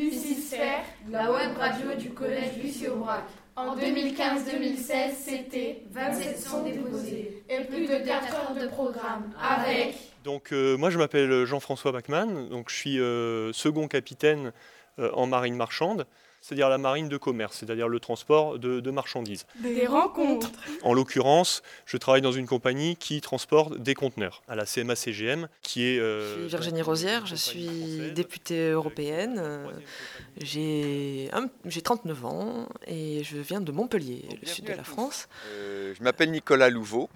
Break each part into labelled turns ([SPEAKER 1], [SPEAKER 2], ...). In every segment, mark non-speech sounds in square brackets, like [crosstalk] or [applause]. [SPEAKER 1] Mammifère,
[SPEAKER 2] la web radio du collège Lucie Aubrac.
[SPEAKER 1] en 2015-2016, c'était
[SPEAKER 2] 27 sons déposés.
[SPEAKER 1] et plus de 4 heures de programme avec
[SPEAKER 3] Donc euh, moi je m'appelle Jean-François Bachmann, donc je suis euh, second capitaine euh, en marine marchande, c'est-à-dire la marine de commerce, c'est-à-dire le transport de, de marchandises.
[SPEAKER 1] des rencontres
[SPEAKER 3] En l'occurrence, je travaille dans une compagnie qui transporte des conteneurs à la CMA-CGM, qui est...
[SPEAKER 4] Je
[SPEAKER 3] euh,
[SPEAKER 4] suis Virginie Rosière, je
[SPEAKER 3] compagnie
[SPEAKER 4] suis
[SPEAKER 3] française,
[SPEAKER 4] députée européenne. euh,
[SPEAKER 3] troisième compagnie.
[SPEAKER 4] J'ai un- j'ai 39 ans et je viens de Montpellier,
[SPEAKER 5] Donc,
[SPEAKER 4] le sud
[SPEAKER 5] bienvenue
[SPEAKER 4] de
[SPEAKER 5] à
[SPEAKER 4] la
[SPEAKER 5] tous.
[SPEAKER 4] France.
[SPEAKER 5] Euh, je m'appelle Nicolas Louveau,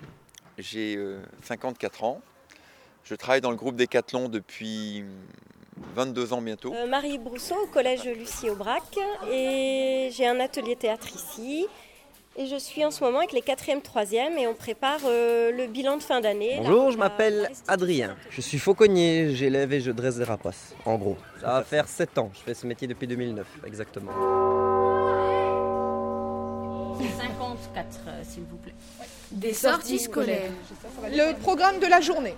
[SPEAKER 5] j'ai euh, 54 ans. Je travaille dans le groupe Décathlon depuis hum, 22 ans bientôt.
[SPEAKER 6] Euh, Marie Brousseau au collège Lucie Aubrac et j'ai un atelier théâtre ici. Et je suis en ce moment avec les 4e, 3e et on prépare euh, le bilan de fin d'année.
[SPEAKER 7] Bonjour,
[SPEAKER 6] La-
[SPEAKER 7] je
[SPEAKER 6] la- la
[SPEAKER 7] m'appelle
[SPEAKER 6] restitution
[SPEAKER 7] Adrien.
[SPEAKER 6] scientifique.
[SPEAKER 7] Je suis fauconnier, j'élève et je dresse des rapaces, en gros. Ça va faire 7 ans, je fais ce métier depuis 2009, exactement.
[SPEAKER 8] 54, euh, s'il vous plaît.
[SPEAKER 1] des sorties scolaires.
[SPEAKER 9] Le programme de la journée.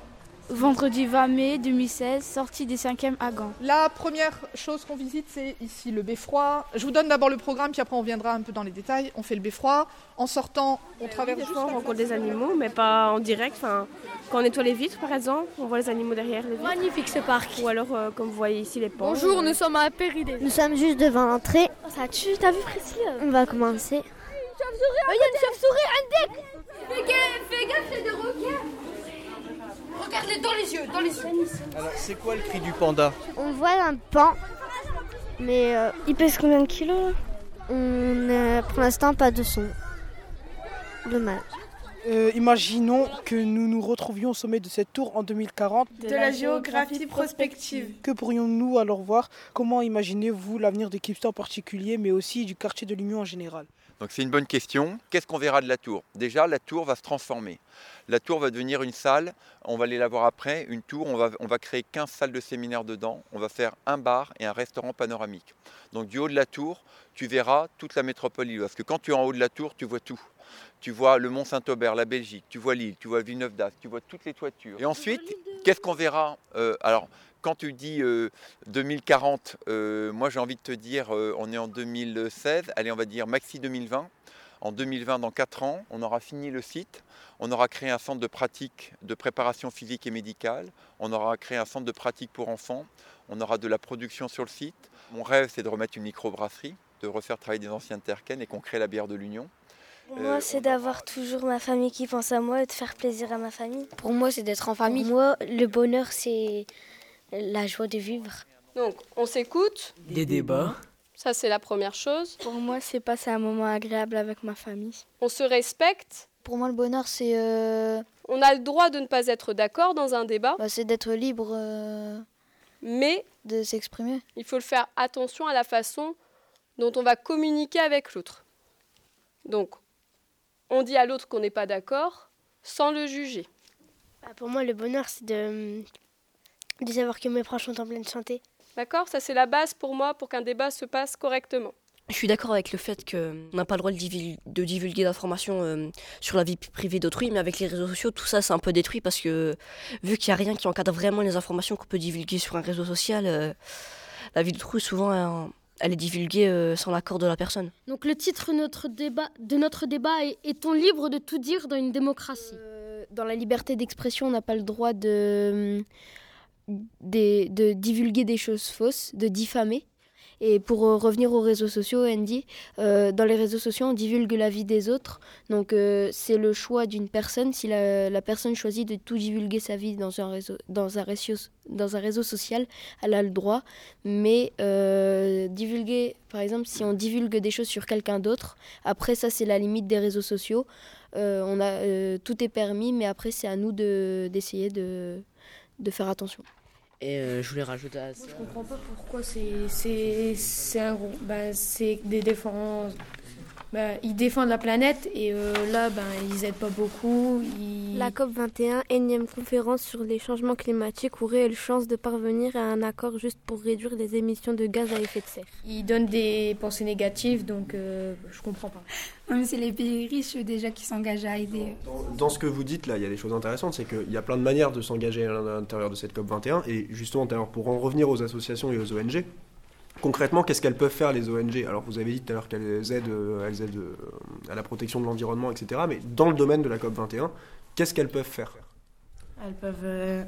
[SPEAKER 10] Vendredi 20 mai 2016, sortie des 5e à Gand.
[SPEAKER 9] La première chose qu'on visite, c'est ici le beffroi. Je vous donne d'abord le programme, puis après on viendra un peu dans les détails. On fait le beffroi. En sortant, on traverse juste la place.
[SPEAKER 8] mais pas en direct. Enfin, quand on nettoie les vitres, par exemple, on voit les animaux derrière les vitres.
[SPEAKER 1] Magnifique ce parc.
[SPEAKER 8] Ou alors, euh, comme vous voyez ici, les ponts.
[SPEAKER 1] sommes à Péridée.
[SPEAKER 10] Nous sommes juste devant l'entrée. Ça tue, t'as vu Priscilla On va commencer.
[SPEAKER 7] Alors, c'est quoi le cri du panda
[SPEAKER 10] On voit un pan, mais euh, il pèse combien de kilos là On euh, Pour l'instant, pas de son. Dommage.
[SPEAKER 11] Euh, imaginons que nous nous retrouvions au sommet de cette tour en 2040.
[SPEAKER 1] De la géographie prospective.
[SPEAKER 11] Que pourrions-nous alors voir Comment imaginez-vous l'avenir de Kipsta en particulier, mais aussi du quartier de l'Union en général
[SPEAKER 5] Donc c'est une bonne question. Qu'est-ce qu'on verra de la tour Déjà, la tour va se transformer. La tour va devenir une salle, on va aller la voir après, une tour, on va, on va créer 15 salles de séminaire dedans, on va faire un bar et un restaurant panoramique. Donc du haut de la tour, tu verras toute la métropole lilloise. Parce que quand tu es en haut de la tour, tu vois tout. Tu vois le Mont-Saint-Aubert, la Belgique, tu vois l'île, tu vois Villeneuve d'Ascq, tu vois toutes les toitures. Et ensuite, qu'est-ce qu'on verra Euh, Alors, quand tu dis euh, 2040, euh, moi j'ai envie de te dire, euh, on est en 2016, allez on va dire maxi 2020. En 2020, dans 4 ans, on aura fini le site, on aura créé un centre de pratique de préparation physique et médicale, on aura créé un centre de pratique pour enfants, on aura de la production sur le site. Mon rêve, c'est de remettre une microbrasserie, de refaire travailler des anciens terquennes et qu'on crée la bière de l'Union. Euh,
[SPEAKER 10] moi, c'est
[SPEAKER 5] on verra.
[SPEAKER 10] d'avoir toujours ma famille qui pense à moi et de faire plaisir à ma famille.
[SPEAKER 1] Pour moi, c'est d'être en famille.
[SPEAKER 10] Moi, le bonheur, c'est la joie de vivre.
[SPEAKER 8] Donc, on s'écoute.
[SPEAKER 4] Des débats.
[SPEAKER 8] Ça, c'est la première chose.
[SPEAKER 10] Pour moi, c'est passer un moment agréable avec ma famille.
[SPEAKER 8] On se respecte.
[SPEAKER 10] Pour moi, le bonheur, c'est euh,
[SPEAKER 8] On a le droit de ne pas être d'accord dans un débat,
[SPEAKER 10] bah, c'est d'être libre euh,
[SPEAKER 8] mais
[SPEAKER 10] de s'exprimer.
[SPEAKER 8] il faut le faire attention à la façon dont on va communiquer avec l'autre. Donc, on dit à l'autre qu'on n'est pas d'accord sans le juger.
[SPEAKER 10] Bah, pour moi, le bonheur, c'est de, de savoir que mes proches sont en pleine santé.
[SPEAKER 8] D'accord Ça, c'est la base pour moi pour qu'un débat se passe correctement.
[SPEAKER 2] Je suis d'accord avec le fait qu'on n'a pas le droit de, divul- de divulguer d'informations euh, sur la vie privée d'autrui, mais avec les réseaux sociaux, tout ça c'est un peu détruit parce que vu qu'il n'y a rien qui encadre vraiment les informations qu'on peut divulguer sur un réseau social, euh, la vie d'autrui souvent euh, elle est divulguée euh, sans l'accord de la personne.
[SPEAKER 10] Donc, le titre notre débat, de notre débat est Est-on libre de tout dire dans une démocratie Euh, Dans la liberté d'expression, on n'a pas le droit de, de, de divulguer des choses fausses, de diffamer. Et pour euh, revenir aux réseaux sociaux, Andy, euh, dans les réseaux sociaux, on divulgue la vie des autres. Donc euh, c'est le choix d'une personne. Si la, la personne choisit de tout divulguer sa vie dans un réseau, dans un réseau, dans un réseau social, elle a le droit. Mais euh, divulguer, par exemple, si on divulgue des choses sur quelqu'un d'autre, après ça c'est la limite des réseaux sociaux. Euh, on a, euh, tout est permis, mais après c'est à nous de- d'essayer de, de faire attention.
[SPEAKER 4] Et euh, je voulais rajouter à ça.
[SPEAKER 1] comprends pas pourquoi c'est c'est c'est un gros ben c'est des défenses ben, ils défendent la planète et euh, là ben ils aident pas beaucoup ils...
[SPEAKER 10] La COP21, énième conférence sur les changements climatiques ou réelles chances de parvenir à un accord juste pour réduire les émissions de gaz à effet de serre.
[SPEAKER 1] ils donnent des pensées négatives donc euh, je comprends pas
[SPEAKER 2] mais c'est les pays riches déjà qui s'engagent à aider.
[SPEAKER 11] dans, dans ce que vous dites là, il y a des choses intéressantes, c'est qu'il y a plein de manières de s'engager à l'intérieur de cette COP21, et justement, d'ailleurs, pour en revenir aux associations et aux ONG,
[SPEAKER 12] Concrètement, qu'est-ce qu'elles peuvent faire les ONG Alors vous avez dit tout à l'heure qu'elles aident, euh, elles aident euh, à la protection de l'environnement, etc. Mais dans le domaine de la COP21, qu'est-ce qu'elles peuvent faire
[SPEAKER 13] Elles peuvent euh,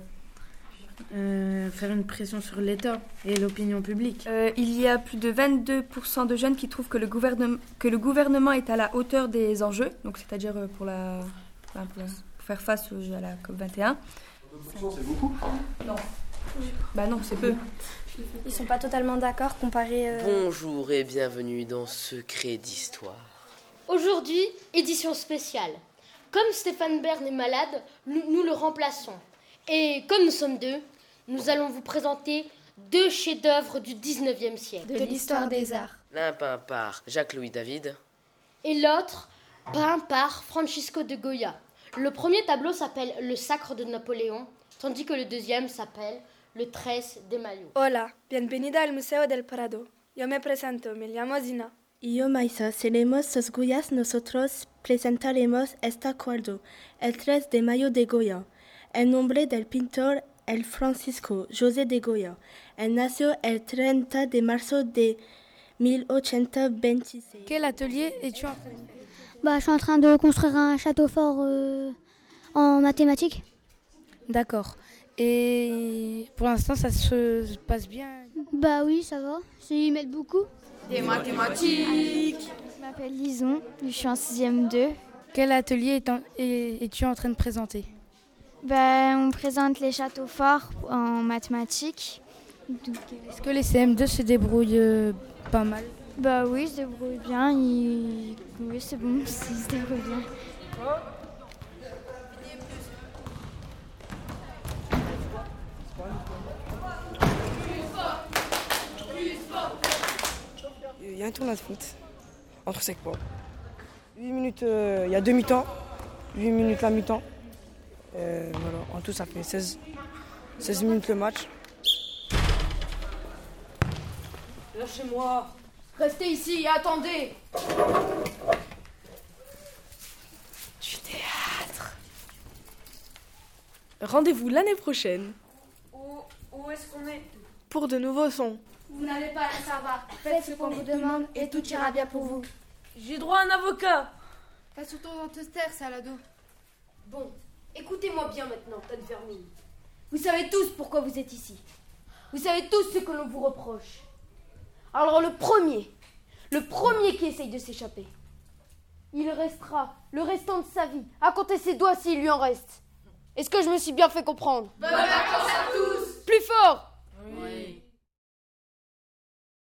[SPEAKER 13] euh, faire une pression sur l'État et l'opinion publique.
[SPEAKER 14] Euh, il y a plus de 22% de jeunes qui trouvent que le, gouvernement, que le gouvernement est à la hauteur des enjeux, donc c'est-à-dire euh, pour, la, enfin, pour pour faire face aux- à la COP21.
[SPEAKER 12] C'est beaucoup
[SPEAKER 14] Non. Bah non, c'est peu.
[SPEAKER 8] Ils sont pas totalement d'accord comparé. euh,
[SPEAKER 4] Bonjour et bienvenue dans Secret d'Histoire.
[SPEAKER 10] Aujourd'hui, édition spéciale. Comme Stéphane Bern est malade, nous nous le remplaçons. Et comme nous sommes deux, nous allons vous présenter deux chefs-d'œuvre du 19e siècle.
[SPEAKER 8] De l'histoire des arts.
[SPEAKER 4] L'un peint par Jacques-Louis David.
[SPEAKER 10] Et l'autre, peint par Francisco de Goya. Le premier tableau s'appelle Le Sacre de Napoléon, tandis que le deuxième s'appelle Le Tresse des Maillots.
[SPEAKER 8] Hola, bienvenida al Museo del Prado. Yo me presento, me llamo Zina.
[SPEAKER 2] Yo, Maisa, seremos sus guías. Nosotros presentaremos este cuadro, el 3 de mayo de Goya. El nombre del pintor el Francisco José de Goya. Él nació el 30 de marzo de 1826.
[SPEAKER 15] Quel atelier es-tu en
[SPEAKER 16] Bah, je suis en train de construire un château fort euh, en mathématiques.
[SPEAKER 15] D'accord. Et pour l'instant, ça se passe bien.
[SPEAKER 16] Bah oui, ça va. Ils m'aident beaucoup.
[SPEAKER 15] Des mathématiques.
[SPEAKER 16] Je m'appelle Lison, je suis en 6ème 2.
[SPEAKER 15] Quel atelier est en- est- es-tu en train de présenter
[SPEAKER 16] Bah, on présente les châteaux forts en mathématiques. Donc, euh,
[SPEAKER 15] Est-ce que les CM2 se débrouillent euh, pas mal
[SPEAKER 16] Bah oui, ils se débrouillent bien. ils- Oui, c'est bon, [laughs] ils se débrouillent bien.
[SPEAKER 9] Il y a un tournoi de foot entre cinq points. 8 minutes, euh, il y a deux mi-temps. 8 minutes la mi-temps. Euh, voilà, en tout, ça fait 16, 16 minutes le match.
[SPEAKER 13] Lâchez-moi Restez ici et attendez
[SPEAKER 17] Rendez-vous l'année prochaine
[SPEAKER 13] Où, est-ce qu'on est
[SPEAKER 17] pour de nouveaux sons.
[SPEAKER 13] Vous n'allez pas le savoir. Faites ce qu'on vous
[SPEAKER 17] demande
[SPEAKER 13] et tout ira bien pour vous. J'ai droit à un avocat
[SPEAKER 15] Pas sur ton toaster, Salado.
[SPEAKER 10] Bon, écoutez-moi bien maintenant, tas de vermine. Vous savez tous pourquoi vous êtes ici. Vous savez tous ce que l'on vous reproche. Alors le premier, le premier qui essaye de s'échapper, il restera le restant de sa vie à compter ses doigts s'il lui en reste. Est-ce que je me suis bien fait comprendre
[SPEAKER 13] Bonnes vacances à tous
[SPEAKER 10] Plus fort
[SPEAKER 13] Oui